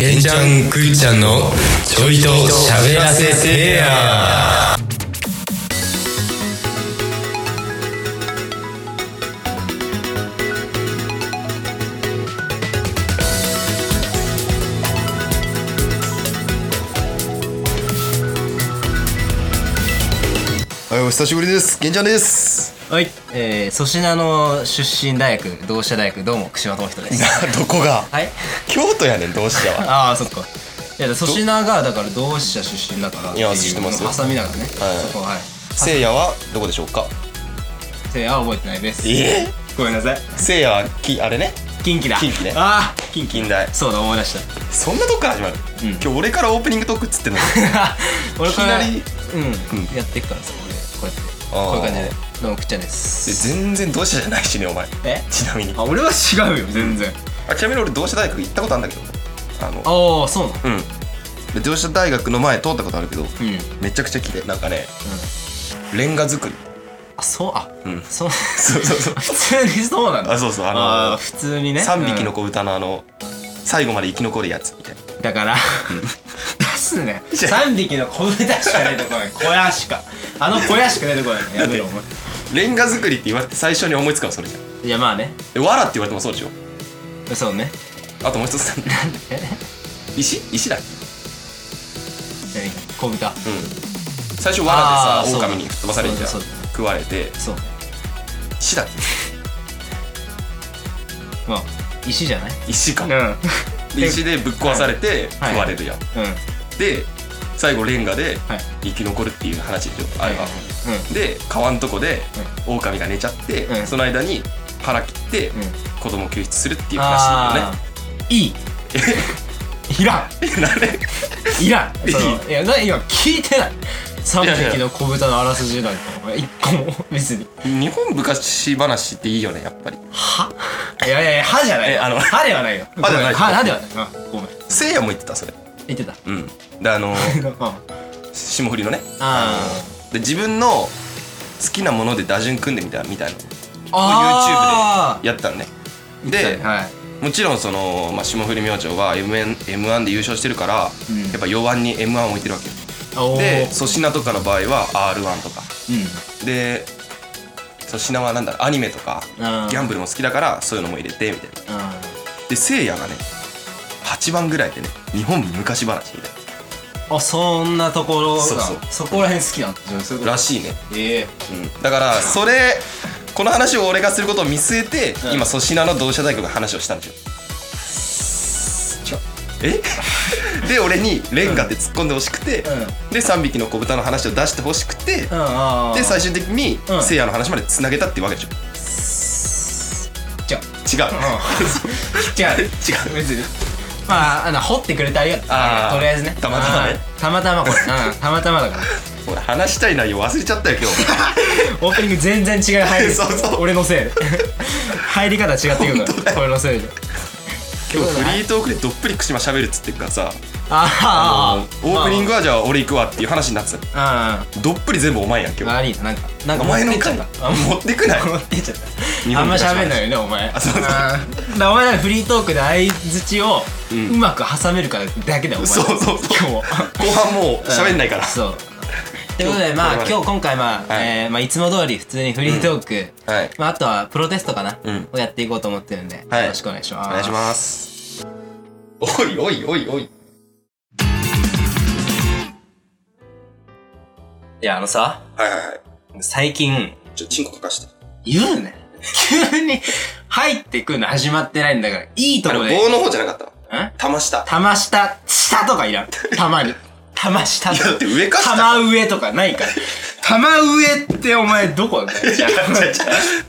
んちゃんくっちゃんのちょいと喋らせてやはい、お久しぶりです。げんちゃんです。はい、えー、粗品の出身大学同志社大学どうも串間智人です どこがはい京都やねん、どうした わ。 ああそっかいや粗品がだから同志社出身だからいや知ってますよ挟みながらね、はいそこはいせいやはどこでしょうか。せいやは覚えてないですえごめんな さいせいやはき、あれね、近畿だ近畿ね ああ近畿近代。そうだ思い出したそんなとこから始まる。ん今日俺からオープニングトークっつってん のに。俺からいきうん、うやっていくからさ俺こあーうやってこういう感じでどうもくっちゃんですで全然同志社じゃないしね、お前。えちなみに。あ俺は違うよ全然あ、ちなみに俺同志社大学行ったことあるんだけど。あの、ああそうなのうん。で同志社大学の前通ったことあるけど、うん、うん、めちゃくちゃ綺麗。なんかね、レンガ作り。あそうあ、うんそうそうそう そう普通にそうなんだあ、そうそう、あのあー普通にね3匹のう子豚のあの、最後まで生き残るやつみたいな。んだから出すねじゃあ3匹の子豚しか出てこない小屋しかあの小屋しか出てこないやめろお前レンガ作りって言われて最初に思いつくのそれじゃんいやまあねでわらって言われてもそうでしょそうねあともう一つなん で石石だっけ何子豚うん最初わらあでーさそうだ狼に吹っ飛ばされるじゃんそうだそう食われてそう石だっけまあ石じゃない石かうんうんで石でぶっ壊されてはい食われるやん、で最後レンガではい生き残るっていう話でしょあれうは、で川のとこで狼が寝ちゃって、うんその間に腹切って、ん子供を救出するっていう話だよあねーいいい らんなんで いらんいいそのいやな今聞いてないいやいや3匹の子豚のあらすじなんかお前一個も別に日本昔話っていいよねやっぱ りいやいやいや歯じゃないえよあの歯ではないよ歯ではない歯歯ではないうんごめんせいやも言ってたそれ言 ってたうんであの 霜降りのねあで自分の好きなもので打順組んでみたみたいなあ YouTube でやったんねーではいもちろんその、まあ、霜降り明星は m 1で優勝してるから、うんやっぱ4腕に m 1を置いてるわけよおーで粗品とかの場合は r 1とかうで粗品はなんだろうアニメとかギあーャンブルも好きだからそういうのも入れてみたいなんあでせいやがね8番ぐらいでね日本昔話みたいーあそんなところがそうそうそこら辺好きなんだそういうこなとらしいねええうんだからそれこの話を俺がすることを見据えて、うん今粗品の同志社大学が話をしたんですよえ で俺にレンガって突っ込んでほしくて、うんで3匹の子豚の話を出してほしくて、うんああで最終的にうんせいやの話までつなげたってわけでしょじゃ違う、あ違う 違う別にまああの掘ってくれてありがとうあーとりあえずねたまたまねあーたまたまこれうんたまたまだから俺話したい内容忘れちゃったよ今日 オープニング全然違う入り そうそう俺のせいで入り方違ってくるから俺のせいで今日フリートークでどっぷり串間しゃべるっつってっからさあーあオープニンググはじゃあ俺行くわっていう話になってたあどっぷり全部お前やんー今日悪いななんかなんかお前の持回ってっちゃったあも持ってくないう持ってっちゃっ日たあん本ま昔話喋んないよねお前そうそうあーだからお前らフリートークで相づちをんうまく挟めるからだけだよお前そうそうそう今日後半もう喋んないから、そうということでまあ今日今回まあ、はいえーまあ、いつも通り普通にフリートーク、はいまあ、あとはプロテストかな、うんをやっていこうと思ってるんで、はいよろしくお願いしますお願いしますおいおいおいおいいやあのさはいはいはい最近ちょチンコ書かして言うね急に入ってくるの始まってないんだからいいとあれこで棒の方じゃなかったわん玉下玉下下とかいらんたまに玉下といやだって上か下玉上とかないから玉上ってお前どこだよじゃ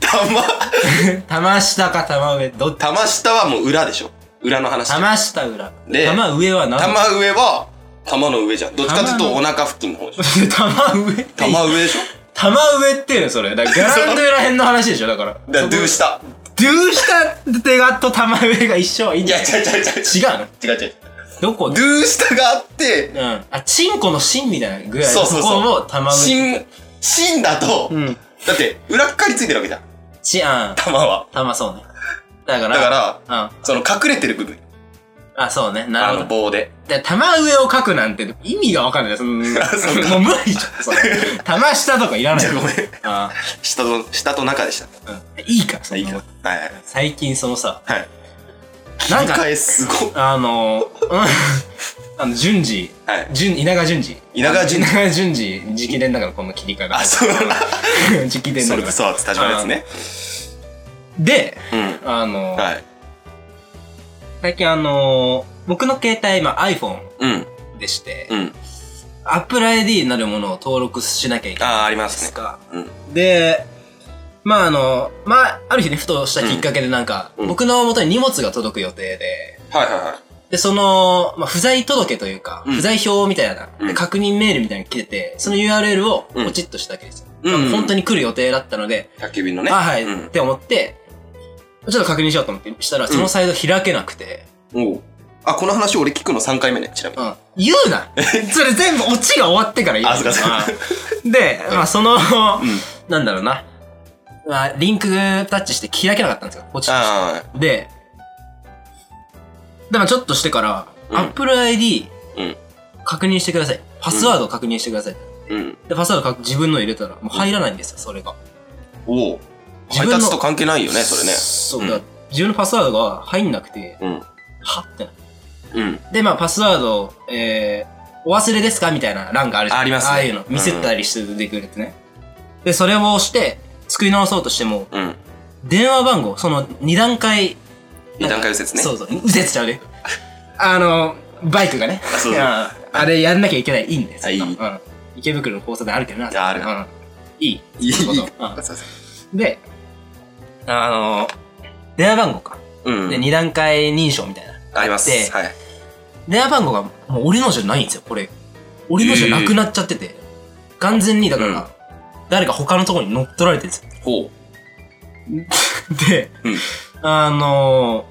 玉あ玉下か玉上どっち玉下はもう裏でしょ裏の話玉下裏で玉上は何玉上は玉の上じゃんどっちかっていうとお腹付近の方でしょ玉上って玉上でしょ玉上っていうのそれだからガランドゥらへんの話でしょだからだからドゥ下ドゥ下手がと玉上が一緒はいいんいじゃやない違違う違う違ううの違う違うどこドゥ下があってうん。あ、チンコの芯みたいなぐらいそのうとそうころそをう玉上。芯芯だと、うん。だって裏っかりついてるわけじゃんチ、あん。玉は玉そうね。だから。、だからうん。あその隠れてる部分あ、そうね。なあるのほど。棒で。で玉上を書くなんて意味がわかんない。そのもう無そうか理じゃん それ。玉下とかいらない。じゃあごめん。あ下と、下と中でしあ、うん。いいから、そた。んいいなかもらん。はいはい。最近そのさ、はい。なん切りか替、えすごっ。あの、うんあの、順次、はい。順、稲川順次。稲川淳二稲川順次、直伝だから、この切り替えが。あ、そうなんだ。 直伝そだれかこら。そ、立場のやつね。で、うん。あの、はい。最近あの、僕の携帯、今 iPhone うん。でして、うん。 Apple ID なるものを登録しなきゃいけないああ、ありまですすね。か。うん。で、まああの、まあ、ある日ね、ふとしたきっかけでなんか、うんうん僕の元に荷物が届く予定で、はいはいはい。で、その、まあ、不在届というか、うん不在表みたいな、うんで確認メールみたいなのが来てて、その URL をうんポチッとしたわけですよ。うんまあ本当に来る予定だったので、宅急便のね。あ、はい、うっん。て思って、ちょっと確認しようと思ってしたら、そのサイト開けなくて、おうあ、この話俺聞くの3回目ね、ちなみうん、言うなそれ全部オチが終わってから言うあそうかそうかうんで、まあその、に。うん。なんだろうな。まあ、リンクタッチして開けなかったんですよ。ポチッとしてあで、でもちょっとしてから、うん Apple ID うん確認してください。パスワードを確認してください。あ。うん。で、パスワードか自分の入れたら、もう入らないんですよ、それが。おお。自配分の達と関係ないよね、それね。そう、うんだから自分のパスワードが入んなくて、うん。はってなるうん。で、まあ、パスワードを、えー、お忘れですかみたいな欄があるじゃん。ありますねああいうの。見せたりして出てくるやつね。で、それを押して、作り直そうとしても、うん。電話番号、その2段階、二段階右折ね。そうそう、右折ちゃうね。あの、バイクがね。あそうそうああれやんなきゃいけない、いいんですあいいうん。池袋の交差点あるけどな。ああるうん。いい。いい。そうそうあそうそううんで、あの、電話番号か。うん。で、2段階認証みたいな。ありまあってす。はい。電話番号がもう俺のじゃないんですよ、これ。俺のじゃなくなっちゃってて。完全に、だから、うん誰か他のところに乗っ取られてるんですよ。ほう。で、うんあのー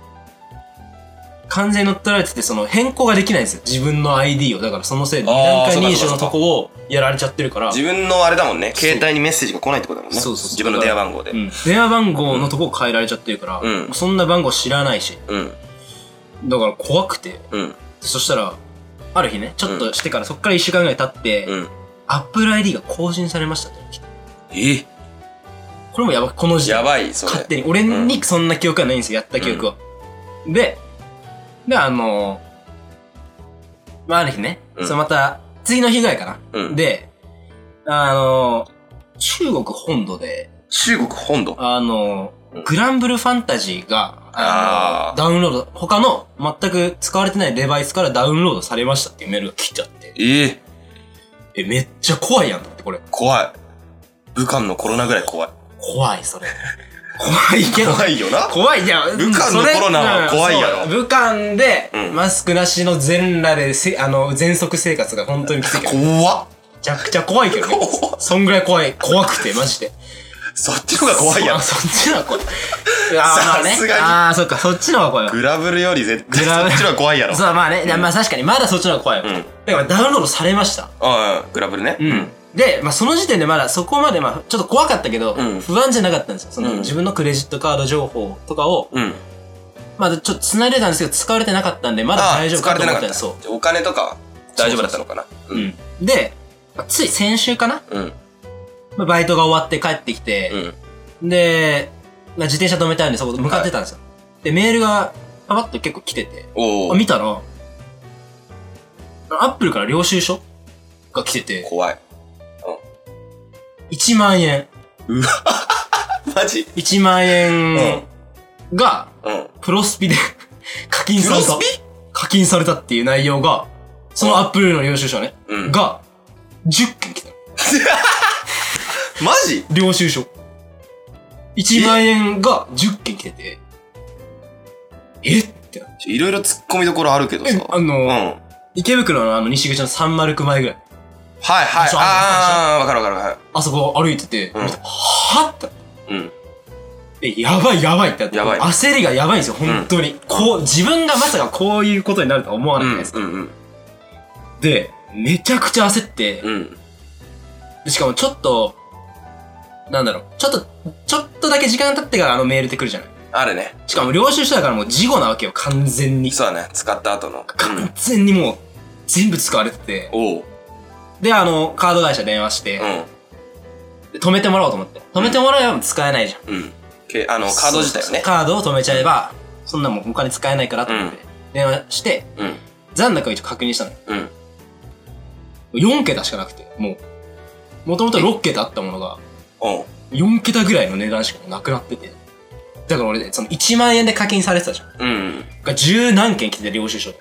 完全に乗っ取られてて、その変更ができないんですよ。自分の ID を。だからそのせいで、あー二段階そうか認証のそうかとこをやられちゃってるから、自分のあれだもんね、そう携帯にメッセージが来ないってことだもんね。そうそうそう自分の電話番号で。ううん。ん電話番号のとこを変えられちゃってるから、うんもうそんな番号知らないし、うん。だから怖くて。うん。そしたら、ある日ね、ちょっとしてから、そっから一週間ぐらい経って、うん。 Apple ID が更新されましたと。えこれもやばい、この時代やばい、それ。勝手に。俺にそんな記憶はないんですよ、やった記憶は。で、で、あのまあ、ある日ね、うんそのまた、次の日ぐらいかな。うんで、あの中国本土で、中国本土。あのうんグランブルファンタジーが、あのあーダウンロード、他の全く使われてないデバイスからダウンロードされましたっていうメールが来ちゃって、ええ。え、めっちゃ怖いやんと思って、これ。怖い。武漢のコロナぐらい怖い。怖い、 それ。怖いけど。怖いよな。怖いじゃん。武漢のそれコロナは怖いやろうんそう武漢で、うんマスクなしの全裸でせ、あの、全息生活が本当にきついから。め怖っ。ちゃくちゃ怖いけどね怖。そんぐらい怖い。怖くて、マジで。そっちの方が怖いやん。そそ っちの方が怖い。いやーまあねさすがにああ、そっか、そっちの方が怖いわ。グラブルより絶対グラブそルっちの方が怖いやろ。そう、まあね。いやまあ確かに、まだそっちの方が怖いわ。うんだからダウンロードされました。ああ、グラブルね。うん。で、まあその時点でまだそこまで、まあちょっと怖かったけど、うん不安じゃなかったんですよ。その、うん自分のクレジットカード情報とかを、うん。まあちょっと繋いでたんですけど、使われてなかったんで、まだああ、大丈夫疲かれとて思なっかたんっです。そう。た。お金とか大丈夫だったのかな。うん。で、まあつい先週かな、うん。まあバイトが終わって帰ってきて、うん。で、まあ、自転車止めたんでそこ向かってたんですよ。で、メールがパパッと結構来てて、おあお。見たら、アップルから領収書が来てて、怖い。 1万円、マジ1万うん円。がうん。プロスピで 課金プさロれスた。課金されたっていう内容が、そのアップルの領収書ね、ピうん。が10件来た。マジ領収書。1万円が10件来てて、えってなって。いろいろ突っ込みどころあるけどさえ。あのうん。はい池袋のあの西口の三丸区前ぐらい。はい。そうああ、わかるわかるわかあそこ歩いてて、うん見てはぁってなって。る。うん。え、やばいやばいってなって。やばい焦りがやばいんですよ、本当に。こう、自分がまさかこういうことになるとは思わなういじゃなんいですか。うんうん。で、めちゃくちゃ焦って、うん。でしかもちょっと、なんだろう、ちょっと、ちょっとだけ時間経ってからあのメールって来るじゃない。あるね。しかも領収書だからもう事後なわけよ、完全に。そうだね。使った後の。完全にもう、全部使われてて。おう。で、あの、カード会社電話してう、ん。で止めてもらおうと思って。止めてもらえば使えないじゃん。うん。けあの、カード自体をね。カードを止めちゃえば、そんなもん他に使えないからと思って、う電話して、うん。残高を一応確認したのよ。うん。 4桁しかなくて、もう。もともと6桁あったものが、おう。 4桁ぐらいの値段しかもうなくなってて。だから俺、その1万円で課金されてたじゃん。うん。が10何件来てて、領収書で。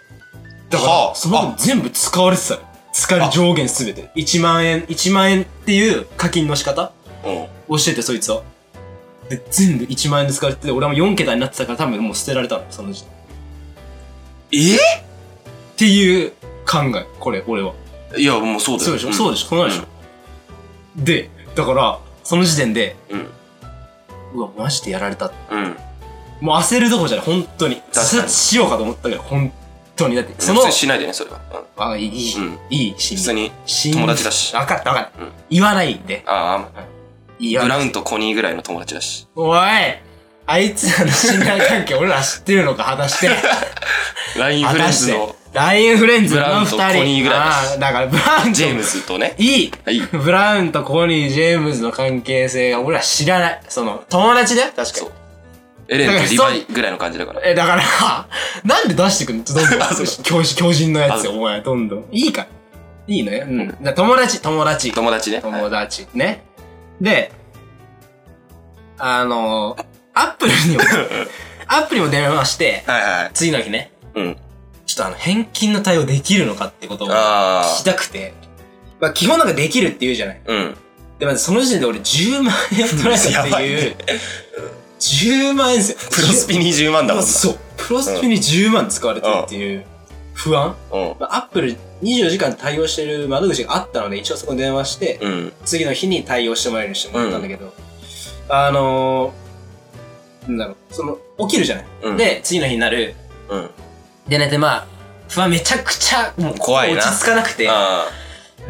だから、はあその分全部使われてたよ。使える上限すべて。1万円、1万円っていう課金の仕方おう。をしてて、そいつは。で、全部1万円で使われてて、俺はもう4桁になってたから多分もう捨てられたの、その時点。えっていう考え、これ、俺は。いや、もうそうだよ。そうでしょ、そうでししょそうなるでしょ、で、だから、その時点で、ょ。うん。うわ、マジでやられた。うん。もう焦るどころじゃない、本当に。かに自殺しようかと思ったけど、本当に。だって、その普通、にしないでね、それは。うんあ、いい、うんいい心普理通に。心友達だし分かった分かった、うん言わないで。ああ、言ブわない。ラウンとコニーぐらいの友達だし。おいあいつらの信頼関係俺ら知ってるのか果たして。ラ イン果フレンたしズての。ラインフレンズのブラ二ウンと人。コニーぐらいだしああだからブラウンとジェームズとね。いい。はい。ブラウンとコニー、ジェームズの関係性が俺ら知らない。その、友達だよ確かそにう。。エレンとリヴァイぐらいの感じだから。え、だから、 なんで出してくんのどんどん あそう。巨人巨人のやつよ、お前、どんどん。いいから。いいのよ。うん。だから友達、友達。友達ね。友達ね。で、あの、アップル にも、アップルにも電話して、はいはいはい。次の日ね、うん。ちょっとあの、返金の対応できるのかってことを聞あきたくて、まあ基本なんかできるって言うじゃない。あ。うん。で、まずその時点で俺10万円取られ たっていう、10万円ですよ。プロスピ20万だもんな。そう。プロスピに10万使われてるっていう不安、うん。まあアップル24時間対応してる窓口があったので、一応そこに電話して、うん。次の日に対応してもらえるようにしてもらったんだけど、あのー、なんだろう、その、起きるじゃない、うんで、次の日になる。うん。でね、で、まあ、不安めちゃくちゃ、もう、怖いな落ち着かなくて、あ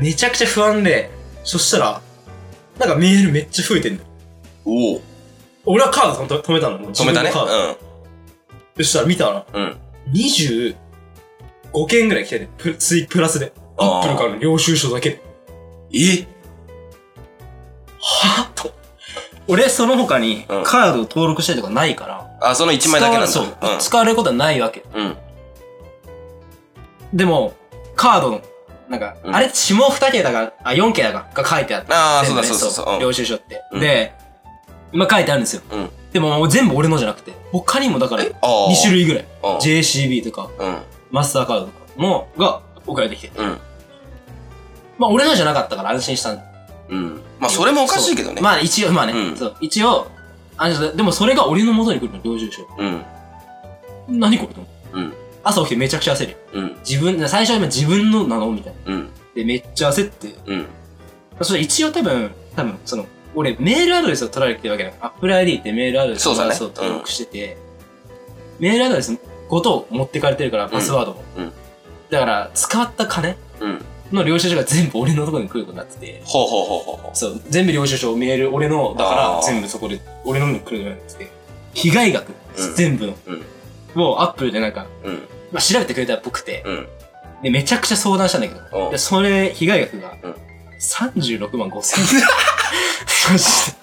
めちゃくちゃ不安で、そしたら、なんかメールめっちゃ増えてんの。あ。おお。俺はカードと止めたの、もう自止分めのたね。カードそしたら見たら、うん。うん。 25件ぐらい来てて、プついプラスで。アあーップルからの領収書だけで。えはぁと。俺、その他に、うんカードを登録したりとかないから、あ、その1枚だけなんだ。使わそう、使われることはないわけ。うん。うん。でも、カードの、なんか、うんあれ、下2桁が、あ、4桁がが書いてあった。ああ、そ全う部ねだ、そうそうそう。うん領収書って。うんで、今書いてあるんですよ。うん。でも、全部俺のじゃなくて、他にもだから、2ああ。種類ぐらい。うん。 JCB とか、うん。マスターカードとかの、が送られてきて。うん。まあ、俺のじゃなかったから安心したんだうん。まあ、それもおかしいけどそね。うまあ、一応、まあね、うんそう。一応、安心した。でも、それが俺の元に来るの、領収書。うん。何これと思ってうん。朝起きてめちゃくちゃ焦るよ。うん。自分、最初は今自分のなのみたいな。うん。で、めっちゃ焦って。うん。それ一応多分、多分、その、俺メールアドレスを取られてるわけだから、Apple ID ってメールアドレスそうだねを登録してて、メールアドレスごと持ってかれてるから、パスワードも。うんだから、使った金うん。の領収書が全部俺のところに来ることになってて、ほうほうほうほうほう。そう、全部領収書、メール、俺の、だからあー全部そこで、俺のに来るようになってて、被害額、うん全部の。うんもう Apple でなんか、うん。まあ、調べてくれたっぽくて、うん。で、めちゃくちゃ相談したんだけど、おうで、それ、被害額がうん、 36万5千円。そして、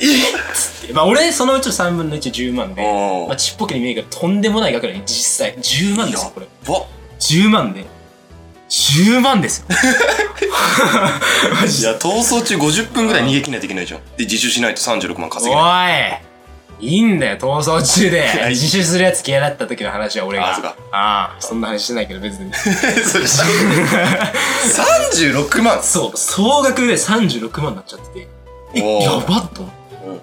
えっつって。まあ、俺、そのうちの3分の1、10万で、おまあ、ー。ちっぽけに見えるけど、とんでもない額だね、実際。10万ですよ、これ。ぼ10万で。10万 ですよ。マいジで。や、逃走中50分ぐらい逃げ切んないといけないじゃん。で、自首しないと36万お稼げない。いいいんだよ、逃走中でいや。いい自首するやつ嫌だった時の話は俺が。あそうかああ、そんな話してないけど、別に。 そうしょ36万そう、総額で36万になっちゃってて。おえ、ーやばっと思って。うんま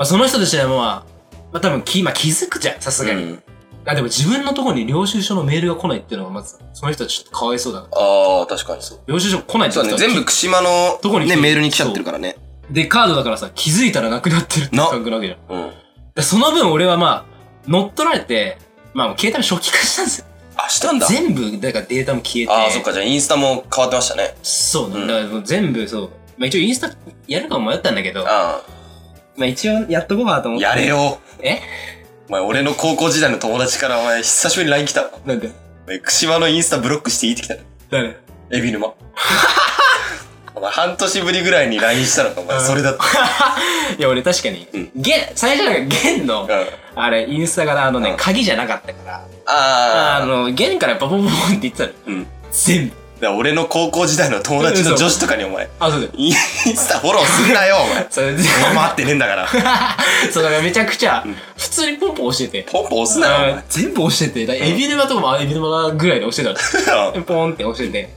あ、その人としてはもう、まあ、多分き、まあ、気づくじゃん、さすがに。うんあ、でも自分のとこに領収書のメールが来ないっていうのが、まず、その人はちょっとかわいそうだな。ああ、確かにそう。領収書来ないってそうだね、全部部。串間のどこに来てね、るメールに来ちゃってるからね。で、カードだからさ、気づいたらなくなってるって感覚なわけじゃん。うん。でその分俺はまあ、乗っ取られて、まあ、携帯も初期化したんですよ。あ、したんだ。全部、だからデータも消えて。ああ、そっか、じゃあインスタも変わってましたね。そうね。うんだからもう全部そう。まあ、一応インスタやるかも迷ったんだけど、あまあ一応やっとこうかなと思って。やれよ。えお前、俺の高校時代の友達から、お前、久しぶりに LINE 来たわ。なんでお前串間のインスタブロックしていいって来たの。誰エビ 沼。お前、半年ぶりぐらいに LINE したのか、お前、それだった。 いや、俺確かにうん、ゲン、最初なんかゲンのう、ん。あれ、インスタからあのうねん、鍵じゃなかったから、ああの、ゲンからバボボボンって言ってたの。ー。うん。だか全部。ら俺の高校時代の友達の女子とか に、お前、あ、そうだよ。インスタフォローすんなよ、お前。それで、俺待ってねえんだから。そう、だからめちゃくちゃ、普通にポンポン押してて。ポンポン押すなよ、おあ全部押してて、だからエビ沼とかもあエビ沼ぐらいで押してたの。前。ポンって押してて。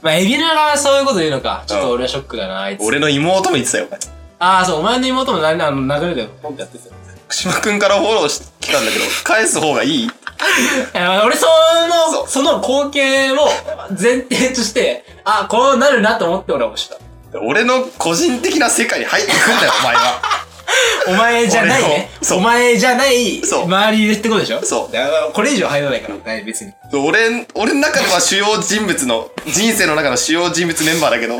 まあ、エビナがそういうこと言うのか。ちょっと俺はショックだな、あいつ。俺の妹も言ってたよ、お前。ああ、そう、お前の妹もなあの流れでポンってやってたよ。福島くんからフォローしてきたんだけど、返す方がいいえー俺、そそうの、その光景を前提として、あ、こうなるなと思って俺は押した。俺の個人的な世界に入ってくんだよ、お前 は。お前じゃないね俺の。そうお前じゃない、そう周りってことでしょそうだからこれ以上入らないから、ない別に。俺、俺の中では主要人物の、人生の中の主要人物メンバーだけど、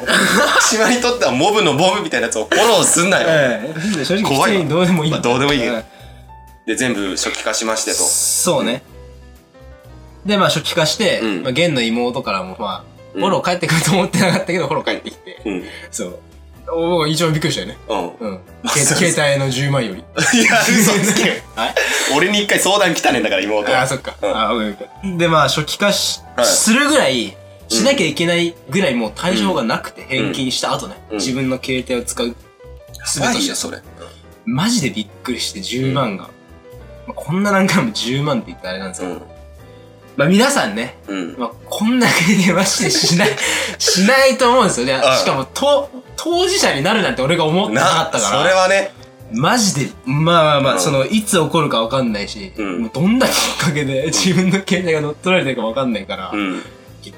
島にとってはモブのボブみたいなやつをフォローすんなよ。うん。正直、怖普いわ通にどうでもいい。まあどうでもいいけどんで、全部初期化しましてと。そうね。で、まあ、初期化して、うんまあ、ゲンの妹からも、まあ、フォロー帰ってくると思ってなかったけど、フォロー帰ってきて。うん。うん。そう。おお、一番びっくりしたよね。うん。け そうそう携帯の10万より。いや、嘘つけよ。 はい。俺に一回相談来たねんだから、妹あはあ、。そっか。うんああ、オッケーオッケーで、まあ、初期化し、はいするぐらい、しなきゃいけないぐらいもう対処法がなくて、返金した後ね、うん自分の携帯を使う。すべとしてそれ。マジでびっくりして、10万が。まあこんな何回も10万って言ったらあれなんですけうど。ん。まあ、皆さんね、うん。まあ、こんな経験マジでし ない、しないと思うんですよねうん。しかも、と、当事者になるなんて俺が思ってなかったから。それはね、マジで、まあまあまうんあ、その、いつ起こるかわかんないし、うんもうどんなきっかけで自分の携帯が乗っ取られてるかわかんないから、うん。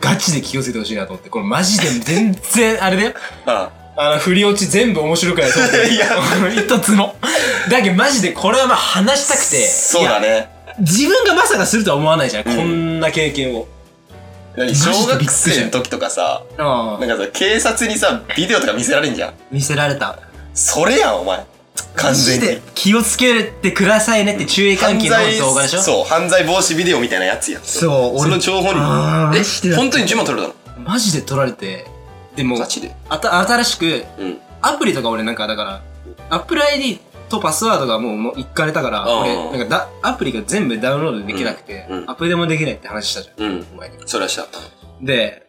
ガチで気をつけてほしいなと思って、これマジで全然、あれだよ。ああの、振り落ち全部面白くないと思っ いやて。一つも。だけどマジでこれはまあ話したくて、そうだね。自分がまさかするとは思わないじゃん、んこんな経験を。何ジでび小学っくりし生たの時とかさ、あなんかさ、警察にさ、ビデオとか見せられんじゃん。見せられた。それやん、お前。完全マジにで。気をつけてくださいねって注意喚起の動画でしょそう、犯罪防止ビデオみたいなやつやん。そそう、俺の情報に。あーマジでえ、本当に10万取れたのマジで取られて、でも、ガチで。あた、新しく、うん。アプリとか俺なんかだから、Apple ID とパスワードがもうもういかれたから、あ俺ー、なんかだ、アプリが全部ダウンロードできなくて、うんうんアプリでもできないって話したじゃん。うん。お前にそれはした。で、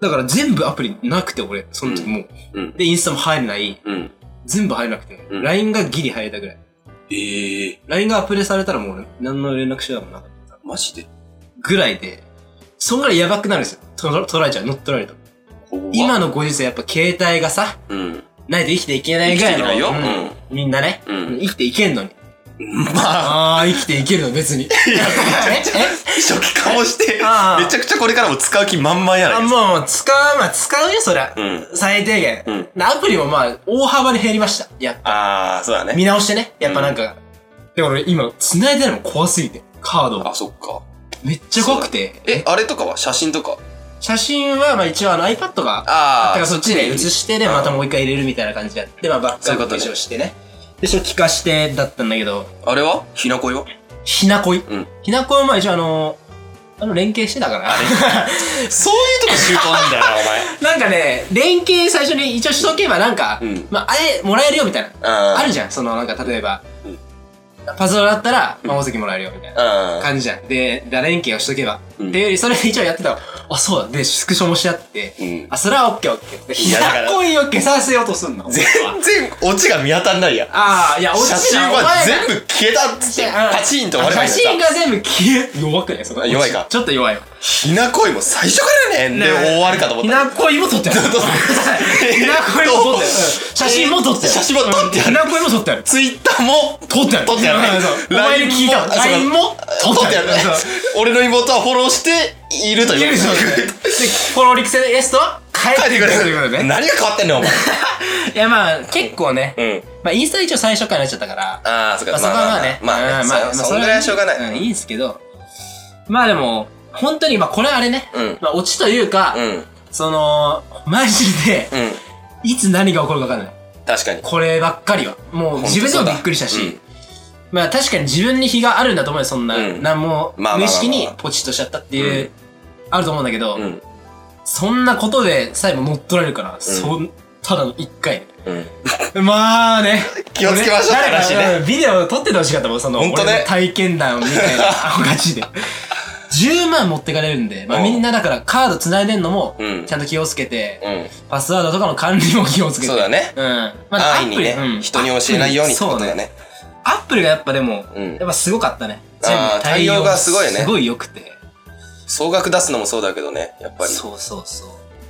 だから全部アプリなくて俺、その時もう。うん。で、インスタも入れない、うん。全部入れなくて、うん LINE がギリ入れたぐらい。ええ LINE がアップデートされたらもう俺、何の連絡手段もなかった。マジでぐらいで、そんぐらいやばくなるんですよ。取ら取られちゃう、乗っ取られた。今のご時世やっぱ携帯がさ、うん。ないと生きていけないぐらいの。生きていけないようんみんなね、うん生きていけんのに。まああ、あ、生きていけるの 別に。ええ初期化もして、あーめちゃくちゃこれからも使う気満々やあ、ないか。もう、使う、まあ、使うよ、そりゃ。うん。最低限。うんアプリもまあ、大幅に減りました。いや、ああ、そうだね。見直してね。やっぱなんか、で俺今、繋いでるのも怖すぎて、カードをあ、そっか。めっちゃ怖くて。え、あれとかは写真とか写真は、まあ一応あの iPad があだからそっちで写ししてね、うんまたもう一回入れるみたいな感じでやって、まあバックアップ化粧してね。で、初期化してだったんだけど、あれはひなこよ。ひなこい。うんひなこいはまあ一応あの、あの連携してたから。 そういうとこ習慣なんだよな、おな前。んかね、連携最初に一応しとけばなんか、うんまああれもらえるよみたいな。ああるじじゃん、そのなんか例えば、うんパズドラだったら、まあ、大関もらえるよみたいな。ゃ感じじゃん。で、だ連携をしとけば。うんっていうより、それで一応やってたわあ、そうだ。で、スクショもし合って。うんあ、それはオッケーオッケー。でいひやだからなこいを消させようとすんの。全然、オチが見当たんないや。ああ、いや、落写ち真たは全部消えたっつって、パチンと終わればいい写んだ真が全部消え、弱くないそこあ弱いかちょっと弱いよ。ひなこいも最初からね、で終わるかと思っひた。なこいも撮ってある。 ひなこいも撮ってある。うん写真も撮ってある。写真も撮ってあるうんひなこいも撮ってある。ツイッターも撮ってある。撮ってあるうんそうお前に聞いたわ。 LINE もあそう LINE も撮か撮っっててああるる。。俺の妹はフォローしているといいるう。でしょ。で、このリクセレストは帰書っていてくくれれるということでる。ね。何が変わってんのよ、お前。いや、まあ、結構ね。うん。まあ、インスタ一応最初からやっちゃったから。ああ、そっまあ、か。そこはまあね。まあね。まあ、そんぐらいはしょうがなうんい。いいんすけど。まあでも、本当に、まあこれはあれね。うんまあオチというか、うん。うん。その、マジで、いつ何が起こるか分かんない。確かに。こればっかりは。もう本当自分でそうもだびっくりしたし。うんまあ確かに自分に非があるんだと思うよ、そんな。うんなんもまあまあまあまあ無意識にポチッとしちゃったっていう、あると思うんだけど、うん。そんなことでさえも乗っ取られるから、そん、ただの一回。うん。まあね。気をつけましょう俺誰か話ねうんビデオ撮っててほしかったもん、その、本当ね俺の体験談みたい な、あのガチで。10万持ってかれるんで、まあうんみんなだからカード繋いでんのもうん、ちゃんと気をつけて、うん。パスワードとかの管理も気をつけて。そうだね。うん。まあ安易にね、人に教えないようにってことだ。ね。アプリうんアップルがやっぱでも、うんやっぱすごかったね。あー対応がすごいねすごい良くて。総額出すのもそうだけどね、やっぱり。そうそうそ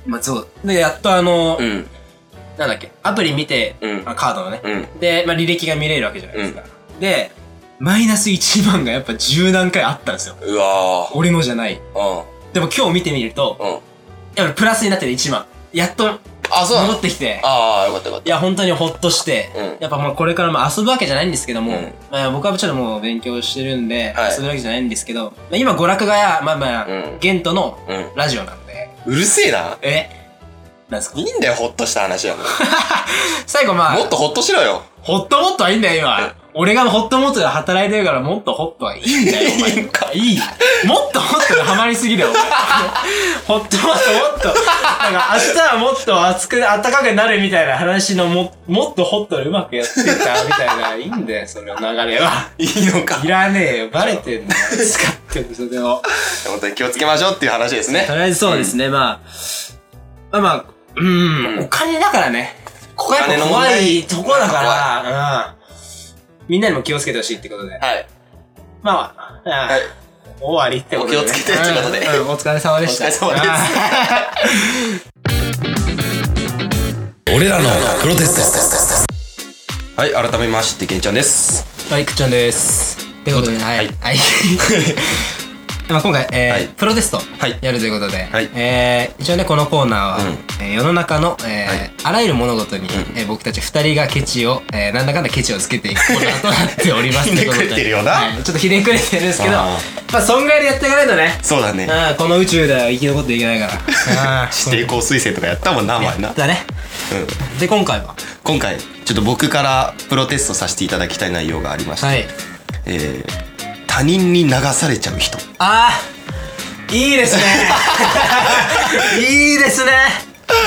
う。まあそう。で、やっとあの、うん。なんだっけ、アプリ見て、うんあカードのね、うん。で、まあ、履歴が見れるわけじゃないですか。で、マイナス1万がやっぱ10何回あったんですよ。うわ俺のじゃない。ぁ。でも今日見てみると、うん。うん。やっぱプラスになってる1万。やっとあ、そうな戻のってきて、ああ、よかったよかっいた。や、本当にほっとして、うんやっぱもうこれからも遊ぶわけじゃないんですけども、うんまあ、僕はちょっともう勉強してるんで、はい遊ぶわけじゃないんですけど、まあ、今娯楽がや、まあまあ、うんゲントのうん。ラジオなんで、うるせえな。えなんですかいいんだよ、ほっとした話は。もう最後まあ、もっとほっとしろよ。ホットモットはいいんだよ、今。俺がホットモットで働いてるから、もっとホットはいいんだよ、お前。いいんかいい。もっとホットでハマりすぎだよ、お前。ホットモットもっと、なんか明日はもっと熱く、暖かくなるみたいな話のも、もっとホットでうまくやってた、みたいな。いいんだよ、その流れは。いいのかい。らねえよ、バレてんだよ。使ってる、それを。本当に気をつけましょうっていう話ですねと。りあえずそうですね、まあ。まあまあ、うん、お金だからね。ここやっぱ怖いとこだから、うん。みんなにも気をつけてほしいってことで。はい。まあ、まあはい終わりってことで。お気をつけてってことでうんうんお疲れ様でした。お疲れ様です俺らのプロテストはい、改めまして、けんちゃんです。す。はい、くっちゃんです。ってことで、はい。 はい。まあ今回、えーはいプロテストいやるということで、はいえー一応ねこのコーナーは、うんえー世の中の、えーはいあらゆる物事に、えー僕たち2人がケチを、えーなんだかんだケチをつけていくコーナーとなっております ひねといくれうことでてるよなはいちょっとひねくれてるんですけどあまあそんぐらいでやっていかないとねそうだね。あーこの宇宙では生き残っていけないから あー指定校推薦とかやったもんな、お前な。だね、で今回は今回、ちょっと僕からプロテストさせていただきたい内容がありまして、はいえー、他人に流されちゃう人。あーいいです ねいいですね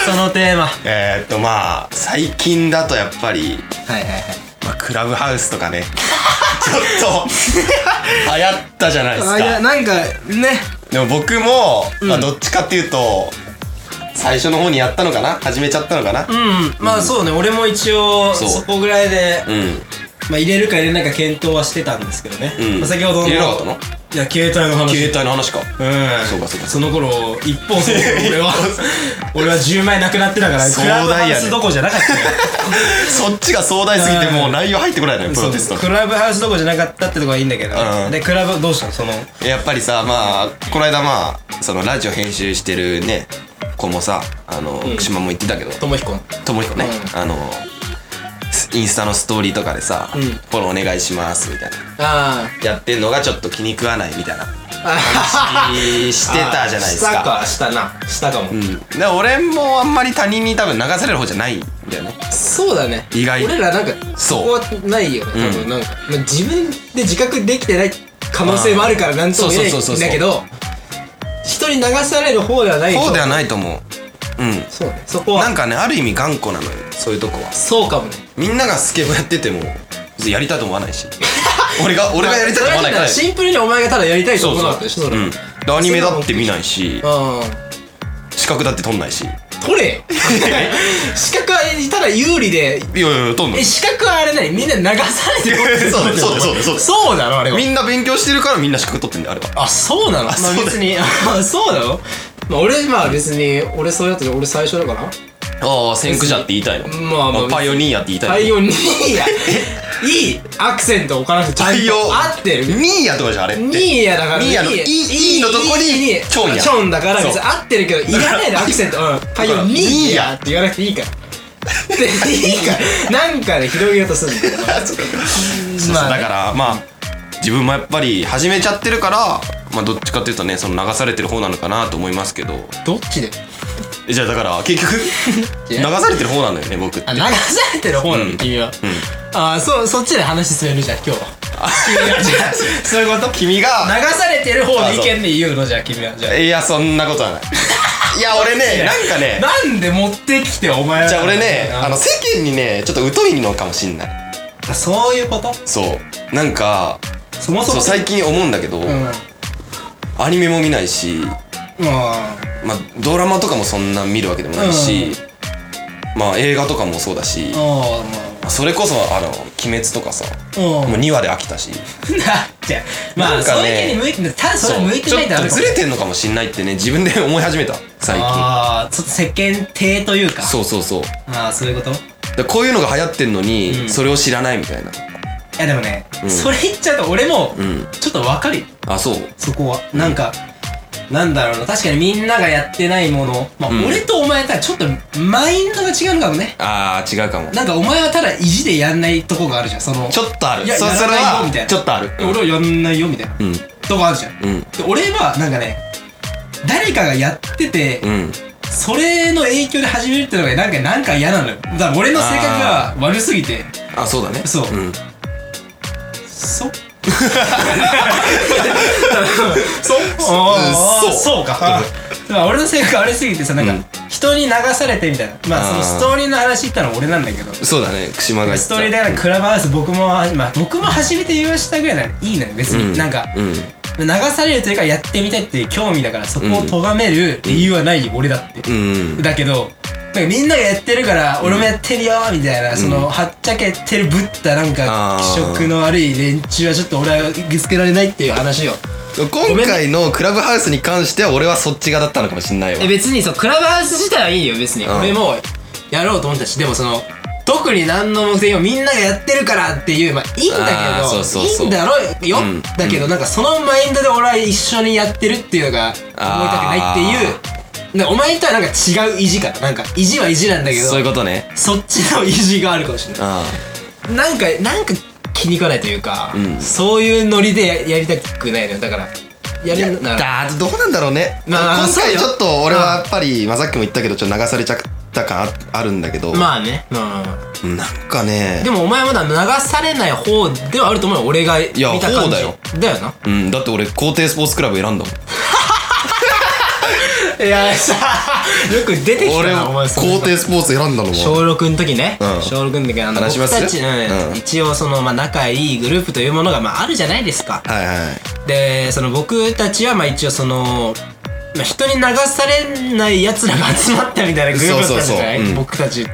そのテーマはえーっと、まあ、最近だとやっぱり、いはいはいまあ、クラブハウスとかね ちょっと流行ったじゃないですあいやかなんかねでも僕も、まあ、どっちかっていうと最初の方にやったのかな始めちゃったのかなうんまあそうね、俺も一応そうそこぐらいで、うん、まあ、入れるか入れないか検討はしてたんですけどね、うんまあ、先ほどの入れなかったのいや携帯の話携帯の話かうんそうかそうかその頃一方その頃俺は 俺は10枚なくなってたから壮クラ大やねブハウスどこじゃなかったよそっちが壮大すぎてもう内容入ってこないのよプロテストそうクラブハウスどこじゃなかったってとこはいいんだけど、うんでクラブどうしたのそのやっぱりさまあこの間まあそのラジオ編集してるね子もさあの、ん島も言ってたけど智彦ともひこね、うあのスインスタのストーリーとかでさ「うんフォローお願いします」みたいなあやってんのがちょっと気に食わないみたいなあ話してたじゃないですしたか。かしたなしたかも、うん、で俺もあんまり他人に多分流される方じゃないんだよね。そうだね意外俺らなんかそこはうないよねうん多分なんか、まあ自分で自覚できてない可能性もあるからなんとも言えないそうそうそうそうんだけど人に流される方ではないそうではいないと思う。うん。そうねそこはなんかね、ある意味頑固なのよ、そういうとこは。そうかもねみんながスケボーやってても、別にやりたいと思わな いし。俺が、俺がやりたいと思わないから。それはシンプルにお前がただやりたいとそう思わなかったでしょそう。れうん。でアニメだって見ないし、うん資格だって取んないし。い取れよ 資格はただ有利でやいやいや、取んなえい。資格はあれなにみんな流されてるそうだそうだそうだそうだそうだろあれはみんな勉強してるからみんな資格取ってんだよ、あれは。あそうなのまあそうだよ別にあそうなのまあ俺まあ別に俺そうやったけど俺最初だからああ、先駆者って言いたいの。まあまあパイオニアって言いたいの太。陽にいやいいアクセントを置かなくてちゃんと対応合ってるミーヤとかじゃんあれってニーヤだからミーヤのニいいいいのとこにいいチョンやチョンだから別にそう合ってるけどいらないのアクセントうん太陽ニーヤって言わなくていいからでいいからなんかで広げようとするんだけどそうそうだからまあ自分もやっぱり始めちゃってるからまあどっちかっていうとねその流されてる方なのかなと思いますけどどっちでえじゃあだから 結局流されてる方なんだよね僕ってあ流されてる方なの君は、ああそそっちで話進めるじゃん今日は君はじゃあそういうこと君流がされてる方の意見で言うのじゃあ君はじゃあいやそんなことは ないいや俺ねなんかねなんで持ってきてお前らじゃあ俺ねあのあ世間にねちょっと疎いのかもしんないそういうことそうなんかそもそそうも最近思うんだけど、うんうんアニメも見ないし、まあ、ドラマとかもそんな見るわけでもないし、まあ映画とかもそうだし、おうそれこそあの「鬼滅」とかさ、もうももうう2話で飽きたしなってまなあんかそうねいう意味に向いてないただそれ向いてないちょっとずれててんのかもしんないってね自分で 思い始めた最近ああちょっと世間体というかそうそうそうああそういうこといだからこういうのが流行ってんのに、うんそれを知らないみたいなやでもねうんそれ言っちゃうと俺もうんちょっとわかるよあそうそこはなんかなんだろうな確かにみんながやってないものまあうん俺とお前とはちょっとマインドが違うのかもねあー違うかもなんかお前はただ意地でやんないとこがあるじゃんそのちょっとあるいやそやらそれないよみたいはなちょっとある俺はやんないよみたいなうんとこあるじゃんでうん俺はなんかね誰かがやっててうんそれの影響で始めるってのがなんかなんか嫌なのよだから俺の性格が悪すぎてあそうだね、そうん そ そあーそうそうかまあ俺の性格が悪すぎてさなんかうん人に流されてみたいなまあそのあーストーリーの話言ったのは俺なんだけどそうだね串間が言ってスたトーリーでなんかクラブハウス僕もまあ僕も初めて言いましたぐらいならいいのよ別うんになんかうん流されるというかやってみたいっていう興味だからそこを咎める理由はないよ俺だってうんだけどなんかみんながやってるから俺もやってるよみたいな、そのはっちゃけてるぶったなんかあ気ー色の悪い連中はちょっと俺は受け付けられないっていう話よ今回のクラブハウスに関しては俺はそっち側だったのかもしんないわえ別にそうクラブハウス自体はいいよ別に、うん俺もやろうと思ったしでもその特に何の目的もみんながやってるからっていうまあいいんだけあーどそうそうそいういんだろうよ、うんだけどなんかそのマインドで俺は一緒にやってるっていうのが思いたくないっていうでお前とはなんか違う意地かななんか意地は意地なんだけどそういうことねそっちの意地があるかもしれなあいなんかなんか気に食わないというか、うんそういうノリでややりたくないのよだからやあいやるならだーどうなんだろうね、まあ今そう回よちょっと俺はやっぱり、まあ、さっきも言ったけどちょっと流されちゃった感ああるんだけど、まあね、うなんかねん、でもお前はまだ流されない方ではあると思うよ俺が見やた感方じだよだよなうん、だって俺校庭スポーツクラブ選んだもんいやさよく出てきた俺なお前校庭スポーツ選んだのも小6の時ね、うん小6の時あの話しま僕すたち、うんうん一応その、まあ、仲いいグループというものが、まあ、あるじゃないですかはいはいでその僕たちはまあ一応その、まあ、人に流されない奴らが集まったみたいなグループだったじゃないそうそうそううん僕たちって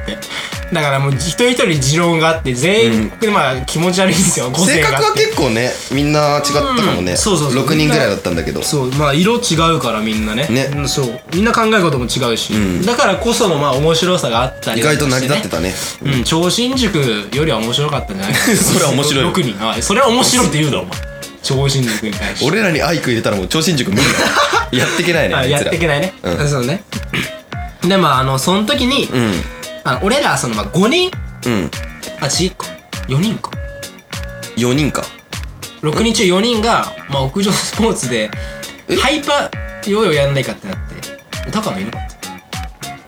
だからもう一人一人持論があって全員、まあ気持ち悪いんですよ個性性があ格はって結構ねみんな違ったかもね、うんそうそうそう6人ぐらいだったんだけどそうまあ色違うからみんなねねうんそうみんな考え方も違うし、うんだからこそのまあ面白さがあったり意外と成り立ってたねた、うん、超新塾よりは面白かったんじゃない それは面白い6人あそれは面白いって言うだお前超新塾に対して俺らにアイク入れたらもう超新塾無理だやっていけないねああいやっつらていけないね、うんあそうねでまああのその時に、あの俺らその、まあ、5人うんうんあ違うか4人か4人か6人中4人が、まあ、屋上スポーツでハイパーヨーヨーやんないかってなってタカもい なかっ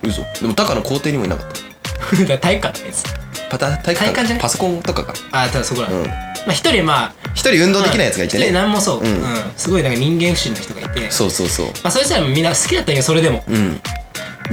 嘘でも高の校庭にもいなかっただから体育館のやつたパタ体育体育館館じゃないパソコンとかかあただそこら、うんまあ一人まあ一人運動できないやつがいて一ね、人なんもそう、ううんんすごいなんか人間不信の人がいてそうそうそうまあそいつらもみんな好きだったんやそれでもうん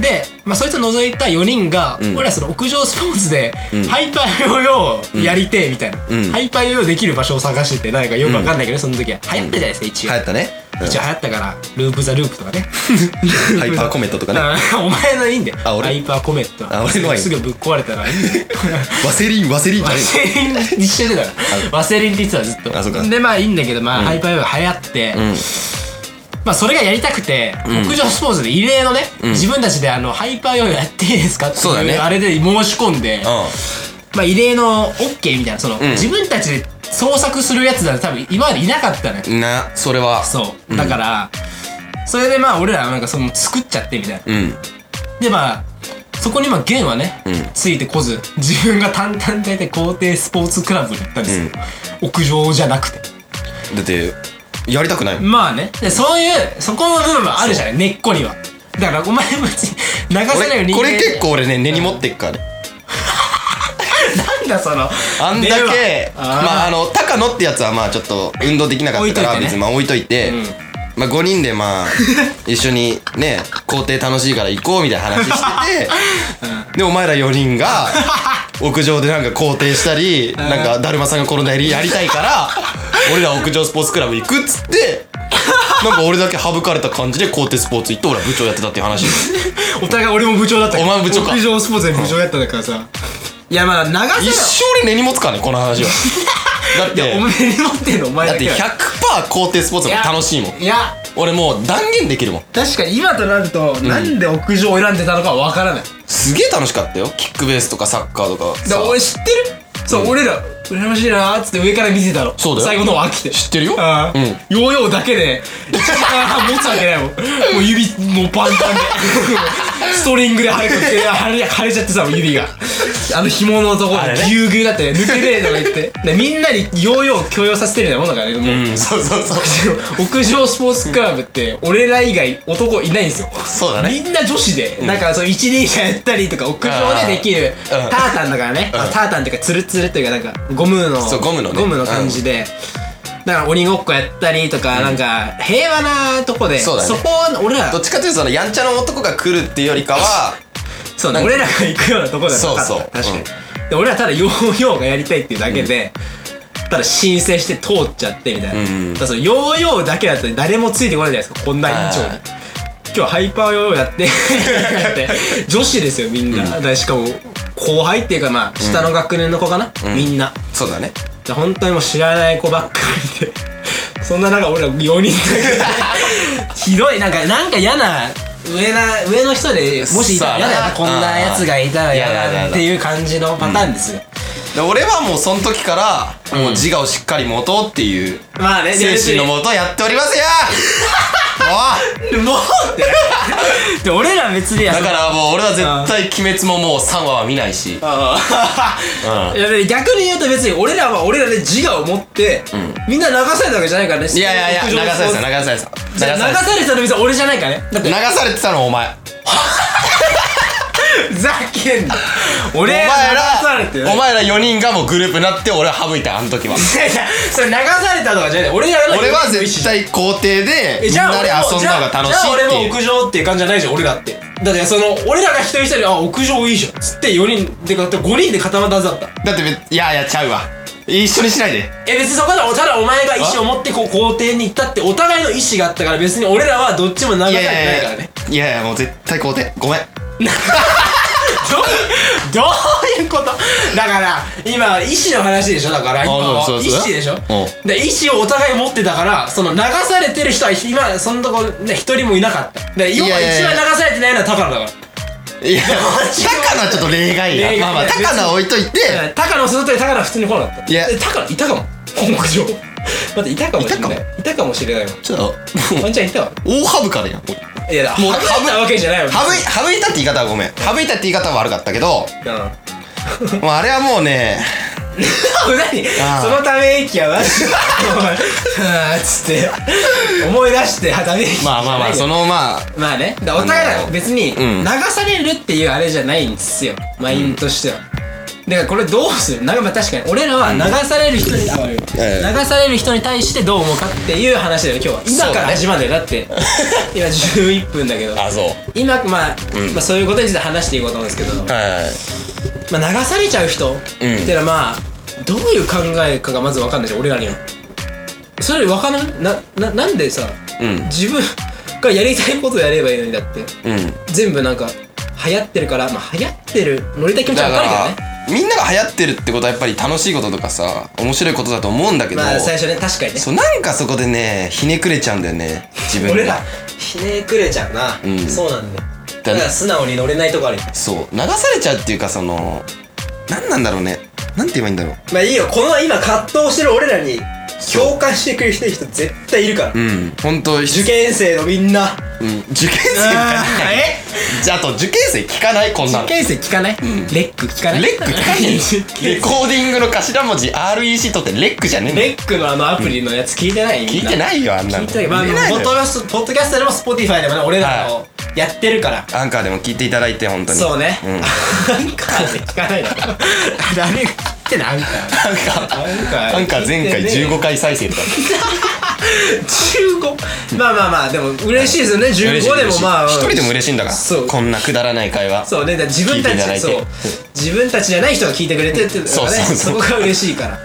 で、まあ、そいつを除いた4人が、うん俺らその屋上スポーツで、んハイパーヨーヨーやりてえみたいな、うんハイパーヨーヨーできる場所を探しててなんかよくわかんないけど、その時は流行ったじゃないですか一流応、行ったね、うん一応流行ったからループ・ザ・ループとかね ハイパーコメント とかねあお前のいいんだよあ俺ハイパーコメットあ俺のはいいすぐぶっ壊れたらいいんだ よワセリンワセリンじゃワねえセリン一緒だからワセリンって言ってたずっとあそうかでまあいいんだけどまあ、ハイパーヨーヨー流行って、うんまあそれがやりたくて、屋上スポーツで異例のね、自分たちであのハイパーヨーヨーやっていいですかってそうだいうねあれで申し込んで、うまあ、異例の OK みたいなその、ん自分たちで創作するやつだと多分今までいなかったね、んなそれはそうだから、それでまあ俺らはなんかその作っちゃってみたいな、うんでまあそこにまあ弦はね、んついてこず自分が淡々とやって校庭スポーツクラブに行ったんですよ、屋上じゃなくてだってやりたくないもんまあねでそういうそこの部分はあるじゃない根っこにはだからお前別に流さないようにこれ結構俺ね根に持ってっからねなんだそのあんだけではまああの高野ってやつはまあちょっと運動できなかったから置いといてね別にまあ置いといて、まあ5人 でまあ一緒にね校庭楽しいから行こうみたいな 話してて、でお前ら4人が屋上でなんか校庭したりなんかだるまさんが転んだりやりたい から俺ら屋上スポーツクラブ行くっつってなんか俺だけ省かれた感じで校庭スポーツ行って俺は部長やってたっていう話お互い俺も部長だったけどお前も部長か屋上スポーツで部長やったんだからさいやまあ流一せ生俺根に持つからねこの話は だっろいやおて前に持ってんのお前だっだけてだ100%校庭スポーツの方が楽しいもんいや俺もう断言できるもん確かに今となると、なんで屋上を選んでたのかは分からないすげえ楽しかったよキックベースとかサッカーとかださから俺知ってるそう、俺ら羨ましいなーっつって上から見てたのそうだよ最後の方飽きて知ってるよああ、うんヨーヨーだけで1時間半持つわけない もんもう指もうパンパンで ストリングで腫れかけ腫れ腫れちゃってさもう指があの紐のとこあれねぎゅうぎゅうだって抜けねえとか言っ てでみんなにヨーヨーを強要させてるようなもんだからねもう、うんそうそうそう 屋上スポーツクラブって俺ら以外男いないんですよそうだねみんな女子で、なんかそう一輪車やったりとか屋上でできるタあーうんータンだからね、タータンっていうかツルツルというかなんかゴムのそうゴムのね感じで、だから鬼ごっこやったりとか、なんか平和なとこでそうだねこを俺らどっちかというとそのやんちゃな男が来るっていうよりかはそうなんか俺らが行くようなとこだそうそう確かに、で俺らただヨーヨーがやりたいっていう だけで、ただ申請して通っちゃってみたいな、うんだからそのヨーヨーだけだったら誰もついてこないじゃないですかこんな委員長にあ今日ハイパーヨーヨーやって女子ですよみんな、だからしかも後輩っていうかまあ下の学年の子かな、みんなそうだねで本当にもう知らない子ばっかりで そんな中俺ら4人だけで ひどいなんかなんか嫌な上な上の人でもしいたら嫌だよねそうこんだななやつがいたら嫌うんだっていう感じのパターンですよ、で俺はもうその時からもう自我をしっかり持とうっていうまあね精神のももとやっております よおいうもうってで俺ら別にやだからもう俺は絶対鬼滅ももう3話は見ないしああ いやで逆に言うと別に俺らは俺らで自我を持って、みんな流されたわけじゃないからねいやいやいや流されてた流流されてた流されてされたの別に俺じゃないからねだってた流されてたのお前 ふざけんな俺お前流されてるらお前ら4人がもうグループになって俺は省いたあの時はいやいやそれ流されたとかじゃない俺やらない俺は絶対校庭でえみんじゃあなで遊んだ方が楽俺もしいじゃあじゃあって俺いもう屋上っていう感じじゃないじゃん俺だってだってその俺らが一人一人あ屋上いいじゃんつって4人でか5人で固まったはずだっただって別いやいやちゃうわ一緒にしないでえ別にそこでただお前が意思を持ってこう校庭に行ったってお互いの意思があったから別に俺らはどっちも流されいてやいなやいいからやねいやいやもう絶対校庭ごめん どうどういうことだから今医師の話でしょだから今はそう医そうそう師でしょうで医師をお互い持ってたからその流されてる人は今そのとこね一人もいなかったで要はいやいや一いや番流されてないのは高野だかいや高野はちょっと例外例外やまあまあ別に高野は置いといらて高野その時高野普通に来なかったいやで高野いたかも屋上待っていたかもしれないいたいたかもしれないもんちょっともワうンちゃんいたわ大省かれやん省いいやだもうかぶったわけじゃないわ省いたって言い方はごめん省いたって言い方は悪かったけどうんもうあれはもうね何ああそのため息はマジでお前あーっつって思い出してため息まあまあまあそのまあまあね、だからお互いあらの別にうん流されるっていうあれじゃないんですよ、マインドとしては。だからこれどうするなんかまあ確かに俺らは流される人に、あ悪い流ええされる人に対してどう思うかっていう話だよ今日は今から始まるよだ って今11分だけどあそう今、まあまあそういうことについて話していこうと思うんですけど、はいまあ、流されちゃう人っていうのはまあどういう考えかがまず分かんないじゃん俺らにはそれより分かんないなななんでさうん自分がやりたいことをやればいいのにだってうん全部なんか流行ってるからまあ流行ってる乗りたい気持ちはだ分かかるけどねらみんなが流行ってるってことはやっぱり楽しいこととかさ面白いことだと思うんだけど、まあ最初ね確かにねそうなんかそこでねひねくれちゃうんだよね自分が俺らひねくれちゃうな、うんそうなんだよだだから素直に乗れないとこあるよそう流されちゃうっていうかその何なんだろうねなんて言えばいいんだろうまあいいよこの今葛藤してる俺らに共感してくれる人絶対いるからうん本当受、験生のみんなうん、受験生みたいなじゃああと受験生聞かないこんな受の験生聞かない、レック聞かないレック聞かない受験レコーディングの頭文字 REC 取ってレックじゃねえんだよレックのあのアプリのやつ聞いてない、みん聞いてないよあんな聞いのてないまああ見のれないポのッドキよャストポッドキャストでも Spotify でもね俺らのやってるから。アンカーでも聞いていただいて、本当に。そうね。んアンカーで聞か ないだろ。誰が聞ってんのアンカー。アアンカー前回15回再生とか。 15まあまあまあでも嬉しいですよね嬉しい15でもまあ嬉しい一人でも嬉しいんだから。そうこんなくだらない会話。そうねだから自分聞いていたただいちてそう自分たちじゃない人が聞いてくれてっていうのそうがねそうそそうこが嬉しいから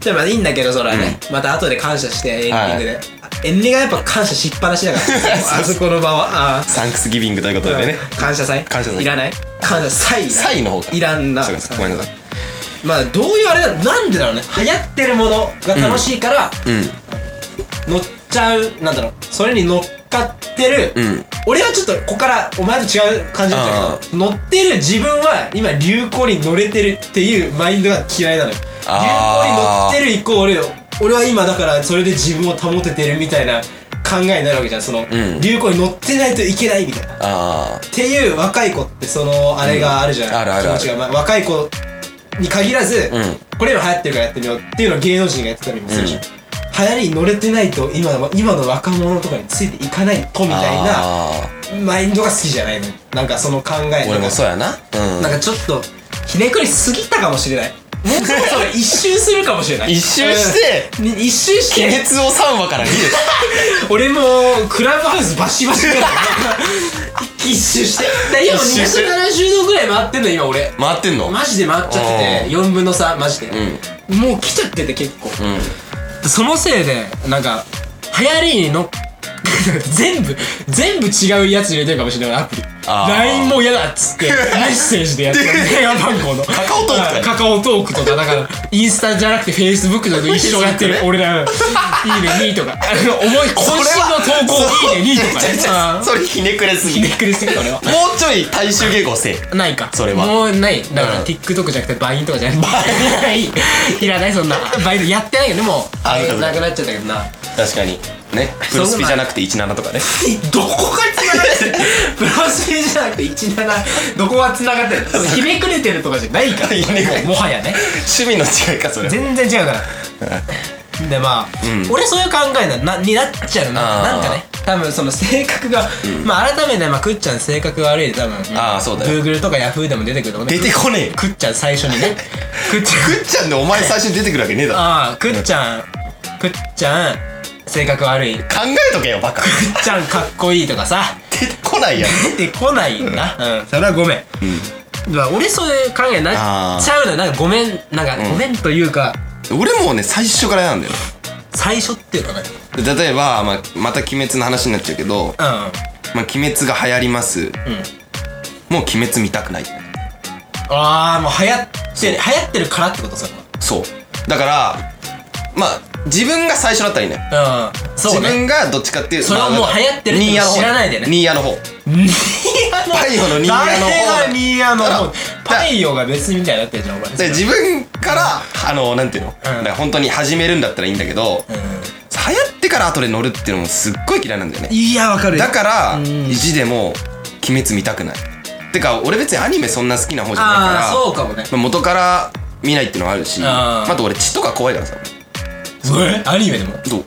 でもまあいいんだけどそれはねまた後で感謝してエンディングでエンディングはやっぱ感謝しっぱなしだ からあそこの場はああサンクスギビングということでね。感謝祭感謝祭いらない感謝祭サイの方からいらんなちょっとごめんなさい。まあどういうあれだなんでだろうね流行ってるものが楽しいからうん。乗っちゃうなんだろうそれに乗っかってる、うん俺はちょっとここからお前と違う感じだったけど乗ってる自分は今流行に乗れてるっていうマインドが嫌いなのよあー流行に乗ってるイコール俺は今だからそれで自分を保ててるみたいな考えになるわけじゃんその、ん流行に乗ってないといけないみたいなっあていう若い子ってそのあれがあるじゃうんあるあない、るある気持ちが、まあ、若い子に限らず、うんこれ今流行ってるからやってみようっていうのを芸能人がやってたりもするじゃん、流行りに乗れてないと今の今の若者とかについていかないとみあ。たいなあマインドが好きじゃないのよなんかその考えあ。俺もそううやな。うんなん。かちょっとひねくりすぎたかもしれないもうそろそろ一周するかもしれない一周して、うんに一周し鬼滅てを3話から見る。俺もクラブハウスバシバシだから 一周してだ今一周して270度ぐらい回ってんの今俺回ってんのマジで回っちゃってて4分の3マジで、もう来ちゃってて結構、うん。そのせいでなんか流行りにの 全部全部違うやつ入れてるかもしれないアプリあー LINE も嫌だっ つってメッセージでやってる電話番号のカカオトークとかカカオトークとかだからインスタじゃなくて Facebook とかと一緒やってる俺らいいね2とかあの思い今週の投稿いいね2とかね あーそれひねくれすぎ。ひもねくりすぎ俺はうちょい大衆迎合せえ。ないかそれはもうないだから、うん TikTok じゃなくてバインとかじゃなくてバイン いらないそんなバインやってないけどでもあそうなくなっちゃったけどな確かに。ね。プロスピじゃなくて17とかね。どこが繋がってる プロスピじゃなくて17どこが繋がってる ひねくれてるとかじゃないからひねくれもうもはやね 趣味の違いか、それ。全然違うから でまあ、うん俺そういう考えななになっちゃうなあーなんかね多分その性格が、まあ改めて、まあ、くっちゃん性格が悪いで多分あーそうだよ Google とか Yahoo でも出てくると思うね出てこねえよ。くっちゃん最初に ねくっちゃんくっちゃんでお前最初に出てくるわけねえだろ。ああくっちゃんくっちゃん性格悪いくっ考えとけよ、 バカ。ちゃんかっこいいとかさ出てこないやん。出てこないよなうんそれはごめん、うん、俺そういう考えになっちゃうのよなんかごめんなんかごめんというか、俺もね、最初からなんだよ。最初っていうかね例えば、まあ、また鬼滅の話になっちゃうけど、うんまあ、鬼滅が流行ります。もう鬼滅見たくない。ああもう流行って流行ってるからってことそれそう。だから、まあ、自分が最初だったらいいね。はうんそう自ね分がどっちかっていうそれはもうまあ流行ってるってニーヤの方知らないでねニーヤの方。ニーパイオのニーヤの方誰がニーヤのだ方パイオが別にみたいになってるじゃんお前で自分から、あの、なんていうの、だから本当に始めるんだったらいいんだけど、う流ん行ってから後で乗るっていうのもすっごい嫌いなんだよね。いやわかるだから、意地でも、鬼滅見たくない。てか、俺別にアニメそんな好きな方じゃないから、ああそうかもねまあ元から見ないってのはあるし、ああーと俺血とか怖いからさ、えアニメでもどう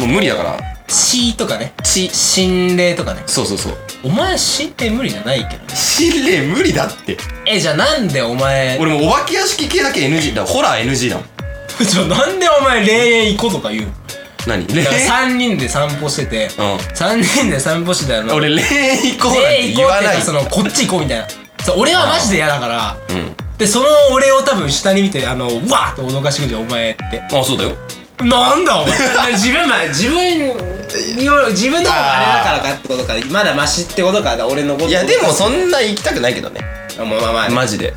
もう無理だから、血とかね血、心霊とかねそうそうそう。お前心霊無理じゃないけど心霊無理だって。えじゃあなんでお前俺もうお化け屋敷系だけ NG だ。ホラー NG だもん。じゃあなんでお前霊園行こうとか言うの何だ霊から3人で散歩してて、う三3人で散歩してたら俺霊行こうなん霊て行こ言うっわてな言い。そのこっち行こうみたいなそう俺はマジで嫌だからうん。でその俺を多分下に見てあのうわーって脅かしてくるじゃんお前ってあ、そうだよ。なんだお 前自分ま自分よ自分の方があれだからかってことかまだマシってことかだ俺のこといいや、でもそんな行きたくないけどね。もうまあまあ、マジで。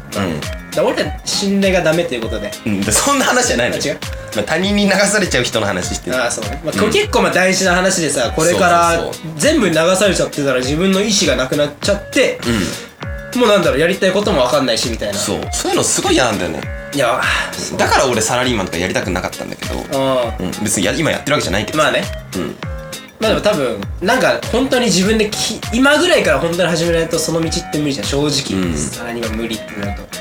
だ俺ら信頼がダメっていうことでうん。うん、そんな話じゃないのよ違うまあ他人に流されちゃう人の話してる。ああそうね、まあ、これ結構まあ大事な話でさこれかそらうそう全部に流されちゃってたら自分の意思がなくなっちゃって、もうなんだろうやりたいことも分かんないしみたいなそう。そういうのすごい嫌なんだよね。いやだから俺サラリーマンとかやりたくなかったんだけど、ううん、別にや今やってるわけじゃないけんど。まあねうん。まあでも多分なんか本当に自分でき今ぐらいから本当に始めないとその道って無理じゃん正直、うんさらには無理ってなると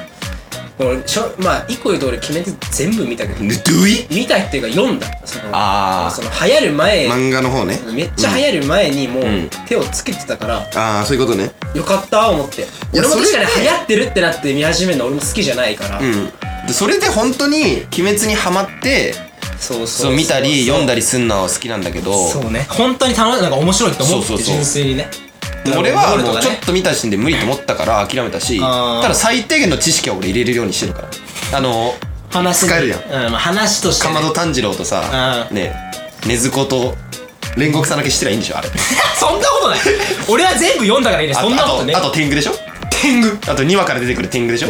俺しょまあ一個言うと俺決めて全部見たけどドゥイ見たっていうか読んだそのあその流行る前ー漫画の方ねめっちゃ流行る前にもううん手をつけてたから、ああそういうことねよかった思っていや俺も確そかれねに流行ってるってなって見始めるの俺も好きじゃないから、うんでそれで本当に「鬼滅」にハマってそうそうそう見たり読んだりりすんのは好きなんだけどそうね本当に楽しいなんか面白いと思ってそうそうそう純粋にねで俺はドラゴもンボールとうかちょねっと見た時点で無理と思ったから諦めたしあーただ最低限の知識は俺入れるようにしてるからあの話に使えるやんうんまあ、話として、ね、かまど炭治郎とさうんね禰豆子と煉獄さなけしてりゃいいんでしょあれそんな ことない俺は全部読んだからいいねそんなことねあとあと天狗でしょ天狗あと2話から出てくる天狗 でしょ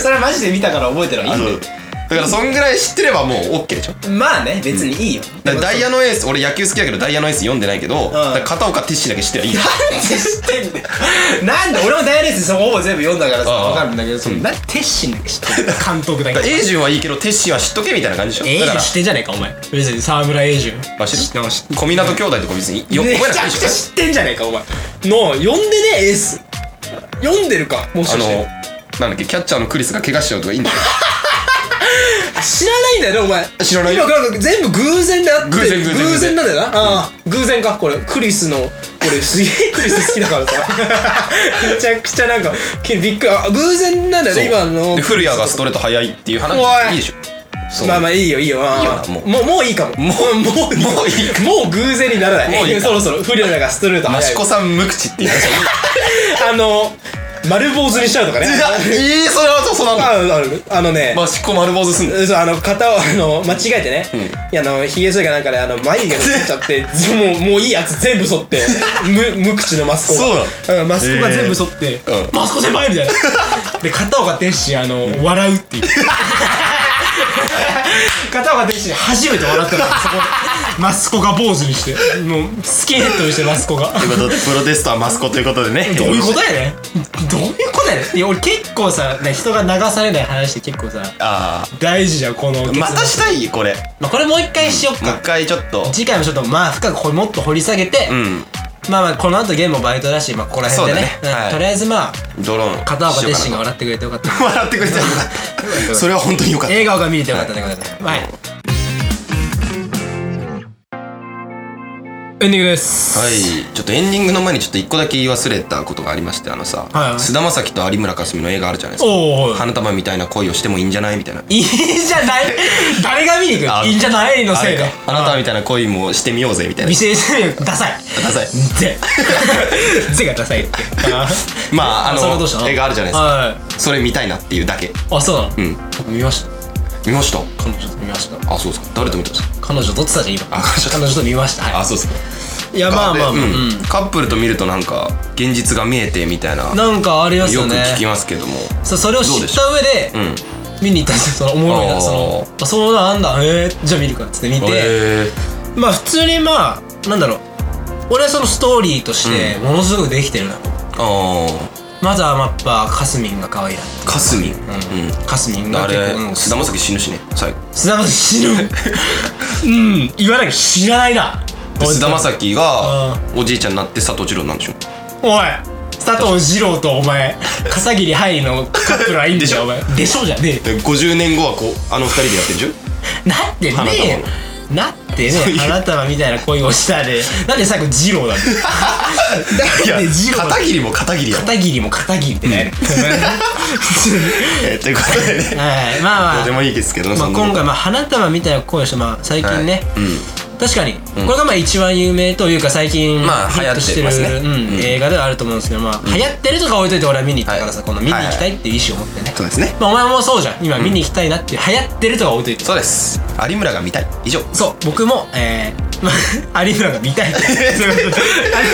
それはマジで見たから覚えてるわあいいのんだだからそんぐらい知ってればもう OK でしょよまあね別にいいよ、だからダイヤのエース俺野球好きだけどダイヤのエース読んでないけど、だから片岡ティッシュだけ知ってりゃいいよなんで知ってんだよなんで俺もダイヤレースそこほぼ全部読んだからさああわかるんだけどそのなんで鉄心だけ知ってる監督だ だからエイジュンはいいけどテッシーは知っとけみたいな感じでしょ永だか順ら知ってんじゃねえかお前別に沢村永順まあ知ってる小湊兄弟とか別によめ覚えなちくていゃいくでちゃし知ってんじゃねえかお前の読んでねえエース読んでるかもしょあかのしてなんだっけキャッチャーのクリスが怪我しちゃうとかいいんだよあ知らないんだよねお前知らない今から全部偶然であって偶然偶然偶然なんだよなああ偶然かこれクリスの俺すげえクリス好きだからさ めちゃくちゃなんかきびっくりあ偶然なんだよね今ので古谷がストレート速いっていう話おいいいでしょそうまあまあいいよいいよああいいよなもうもうもういいかももうもうもういいかもう偶然にならないもういいかそろそろ不良がストレート益速い子さん無口っていう話はいいあの丸坊主にしちゃうとかね いやえーそれはそうそうなんだああるあのね、益子丸坊主すんだよそうあの型をあの間違えてね、んいやあのひげ剃りかなんかであの眉毛が剃っちゃってもうもういいやつ全部剃って 無無口のマスコがそううんマスコがへー全部剃って、うマスコ狭いみたいなで片岡天心あの、笑うっていう片岡天心初めて笑ったからそこで マスコが坊主にしてもうスキンヘッドにしてマスコがということでプロテストは益子ということでね どういうことやねんどういうことやねんいや俺結構さ、ね、人が流されない話って結構さあ大事じゃんこのあまたしたいこれまあ、これもう一回しよっもうか、一回ちょっと次回もちょっとまあ深くこれもっと掘り下げて、うんまあまあこの後ゲームもバイトだしまあここら辺でねそうだねはいうんとりあえずまあドローン片岡鉄心がしよ笑ってくれてよかったうかな 笑ってくれてよか ったそれは本当によかった笑顔が見れてよかったねこれではいエンディングですはい、ちょっとエンディングの前にちょっと一個だけ言い忘れたことがありましてあのさはいはい菅、田将暉と有村架純の映画あるじゃないですかおお花束みたいな恋をしてもいいんじゃないみたいないいじゃ ない誰が見に行あくいいんじゃないのあせいれでか花束みたいな恋もしてみようぜみたいな見せるダサいダサい ぜぜがダサいってまああそれはどうしたの映画あるじゃないですかはそれ見たいなっていうだけいあそうなのうん僕見ました見ました彼女と見ましたあそうですか誰と見たんですか彼女とってたじゃん今あ彼女彼女と見ましたはそうですかいいやまあまあまあ、うんカップルと見るとなんか現実が見えてみたいなよなんかありますよくね聞きますけどもそうそれを知った上でうん見に行ったんですよそのおもろいあなーそのあそうなんだへえじゃあ見るかっつって見てへえまあ普通にまあなんだろう俺はそのストーリーとしてものすごくできてるなと、あまずはやっぱかすみんが可愛いなあかすみんうんかすみんがあ結れ構うん菅田将暉死ぬしね最後菅田将暉死ぬうん言わなきゃ知らないなで菅田将暉があおじいちゃんになって佐藤二郎になるんでしょおい佐藤二郎とお前片桐はいのカップルはいいんでしょお前でしょじゃねで50年後はこうあの二人でやってるでしょえなって花束ねのえなってねそういう花束みたいな恋をしたでなんで最後二郎なんだよなんで二郎だ片桐も片桐やろ片桐も片桐ってね、えーということで ねはいまあまどうあでもいいですけどねまあ、そんな今回まあ花束みたいな恋をして、まあ、最近ね、はいうん確かに、これがまあ一番有名というか最近まあヒットして流行るってますねうんうん映画ではあると思うんですけど、まあ、流行ってるとか置いといて俺は見に行ったからさ、はいこの見に行きたいっていう意思を持ってね、そうですねまあ、お前もそうじゃん今見に行きたいなって、流行ってるとか置いといてそうです有村が見たい以上そう僕もえー まあ、有村が見たい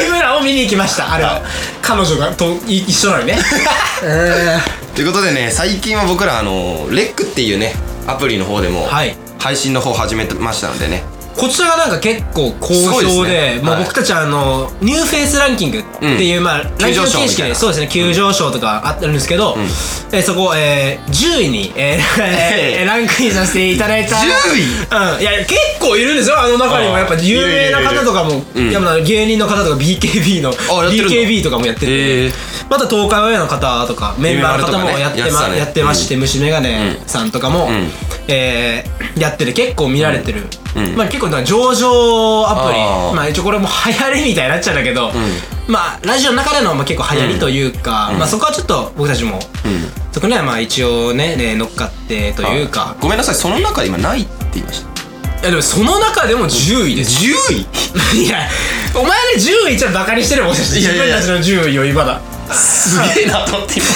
有村を見に行きましたあれは彼女がとい一緒なのにねということでね最近は僕らあのレックっていうねアプリの方でもはい配信の方始めましたのでねこちらがなんか結構好評すごいでですねまあはい僕たちはあのニューフェイスランキングっていう、まあランキング急上昇形み式たいでなそうですね急上昇とかあってるんですけど、えーそこ、えー10位に、えーえーランクインさせていただいたうん、いや結構いるんですよあの中にもやっぱ有名な方とかもいやまあ芸人の方とか BKB のあやってるんだ BKB とかもやってて、へえまた東海オンエアの方とかメンバーの方もメンやバーっのて方まとかねやってまして、虫眼鏡さんとかも、んえーやってて結構見られてる、うんまあ、結構な上場アプリあーまあ一応これも流行りみたいになっちゃうんだけど、まあラジオの中でのまあ結構流行りというか、まあ、そこはちょっと僕たちも、そこにはまあ一応ねね乗っかってというか、ごめんなさいその中今ないって言いましたいやでもその中でも10位です10位 いやお前で10位ちゃバカにしてるもしかしていやいやいや自分たちの10位よりまだすげえなと思って今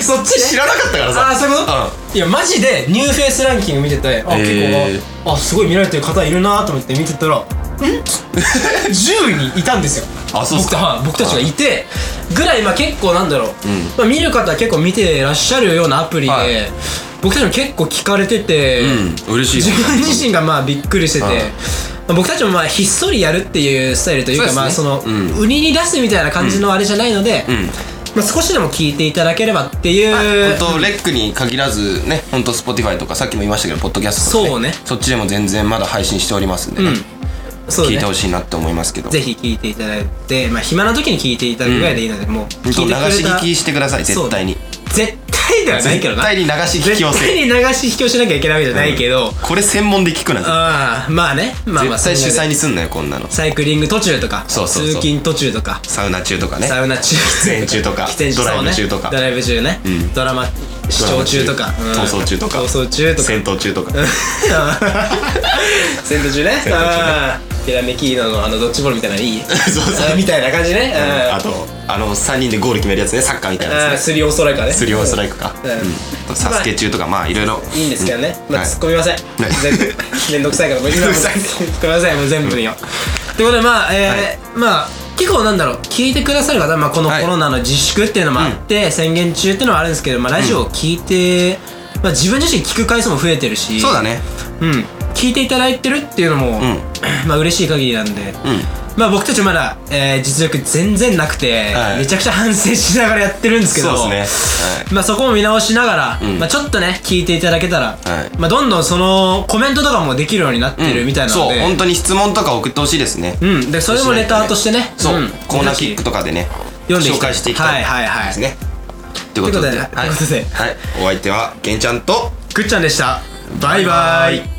そっち知らなかったからあさあそういうこと、いやマジでニューフェイスランキング見ててあ、へー結構あすごい見られてる方いるなと思って見てたらん 10位にいたんですよあそうっす僕かたはい僕たちがいてぐらいまあ結構なんだろう、まあ、見る方は結構見てらっしゃるようなアプリで、はい僕たちも結構聞かれてて、うん嬉しい自分自身がまあびっくりしてて、うんまあ僕たちもまあひっそりやるっていうスタイルというかそうですねまあその、うん売りに出すみたいな感じのあれじゃないので、んまあ、少しでも聞いていただければっていう、本当レックに限らずね本当 Spotify とかさっきも言いましたけどポッドキャストとか、そうねそっちでも全然まだ配信しておりますんでね、うんそう聞いねてほしいなって思いますけどぜひ聞いていただいて、まあ、暇な時に聞いていただくぐらいでいいので、もう聞本いてく当流れたし聞きしてください絶対にそう絶対ではないけど絶な対に流し聞きを絶せ対よに流し引きをしなきゃいけないわけじゃないけど、これ専門で聞くなああまあねまあまあ絶対主そんな催でにすんなよこんなのサイクリング途中とかそうそうそう通勤途中とかサウナ中とかねサウナ中喫煙中とか喫煙ドライブ中とかそうねドライブ中ね、んドラマ視聴中とか、ドラマ中逃走中とか逃走中とか戦闘中とか戦闘中ね戦闘中あーピラメキーノのあのドッジボールみたいなのいい そうそうあーみたいな感じねうんあとあの3人でゴール決めるやつねサッカーみたいなあやーつねスリーオーストライカーねスリーオンストライクか、うんうん、サスケ中とかまあいろいろいいんですけどね、うんまあ、はい突っ込みません、い全 部めんどくさいから僕にはもうめんどくさい突っ込みませんもう全部によ、ってことでまあえーまあ結構なんだろう聞いてくださる方、まあ、このコはいロナの自粛っていうのもあって、宣言中っていうのもあるんですけど、まあ、ラジオを聞いて、まあ、自分自身聞く回数も増えてるしそうだねうん聞いていただいてるっていうのも、んまあ嬉しい限りなんで、まあ僕たちまだ、えー実力全然なくて、はいめちゃくちゃ反省しながらやってるんですけどそうですねはいまあそこも見直しながら、んまあちょっとね聞いていただけたら、はいまあどんどんそのコメントとかもできるようになってるみたいなのそう本で、当に質問とか送ってほしいですねうん、でそれもレターとしてね、そう、んコーナーキックとかでね読んでいき紹たい介していきたいはいはいはいですねということでということではいということではい、お相手はけんちゃんとくっちゃんでした。バイバイ。バイバイ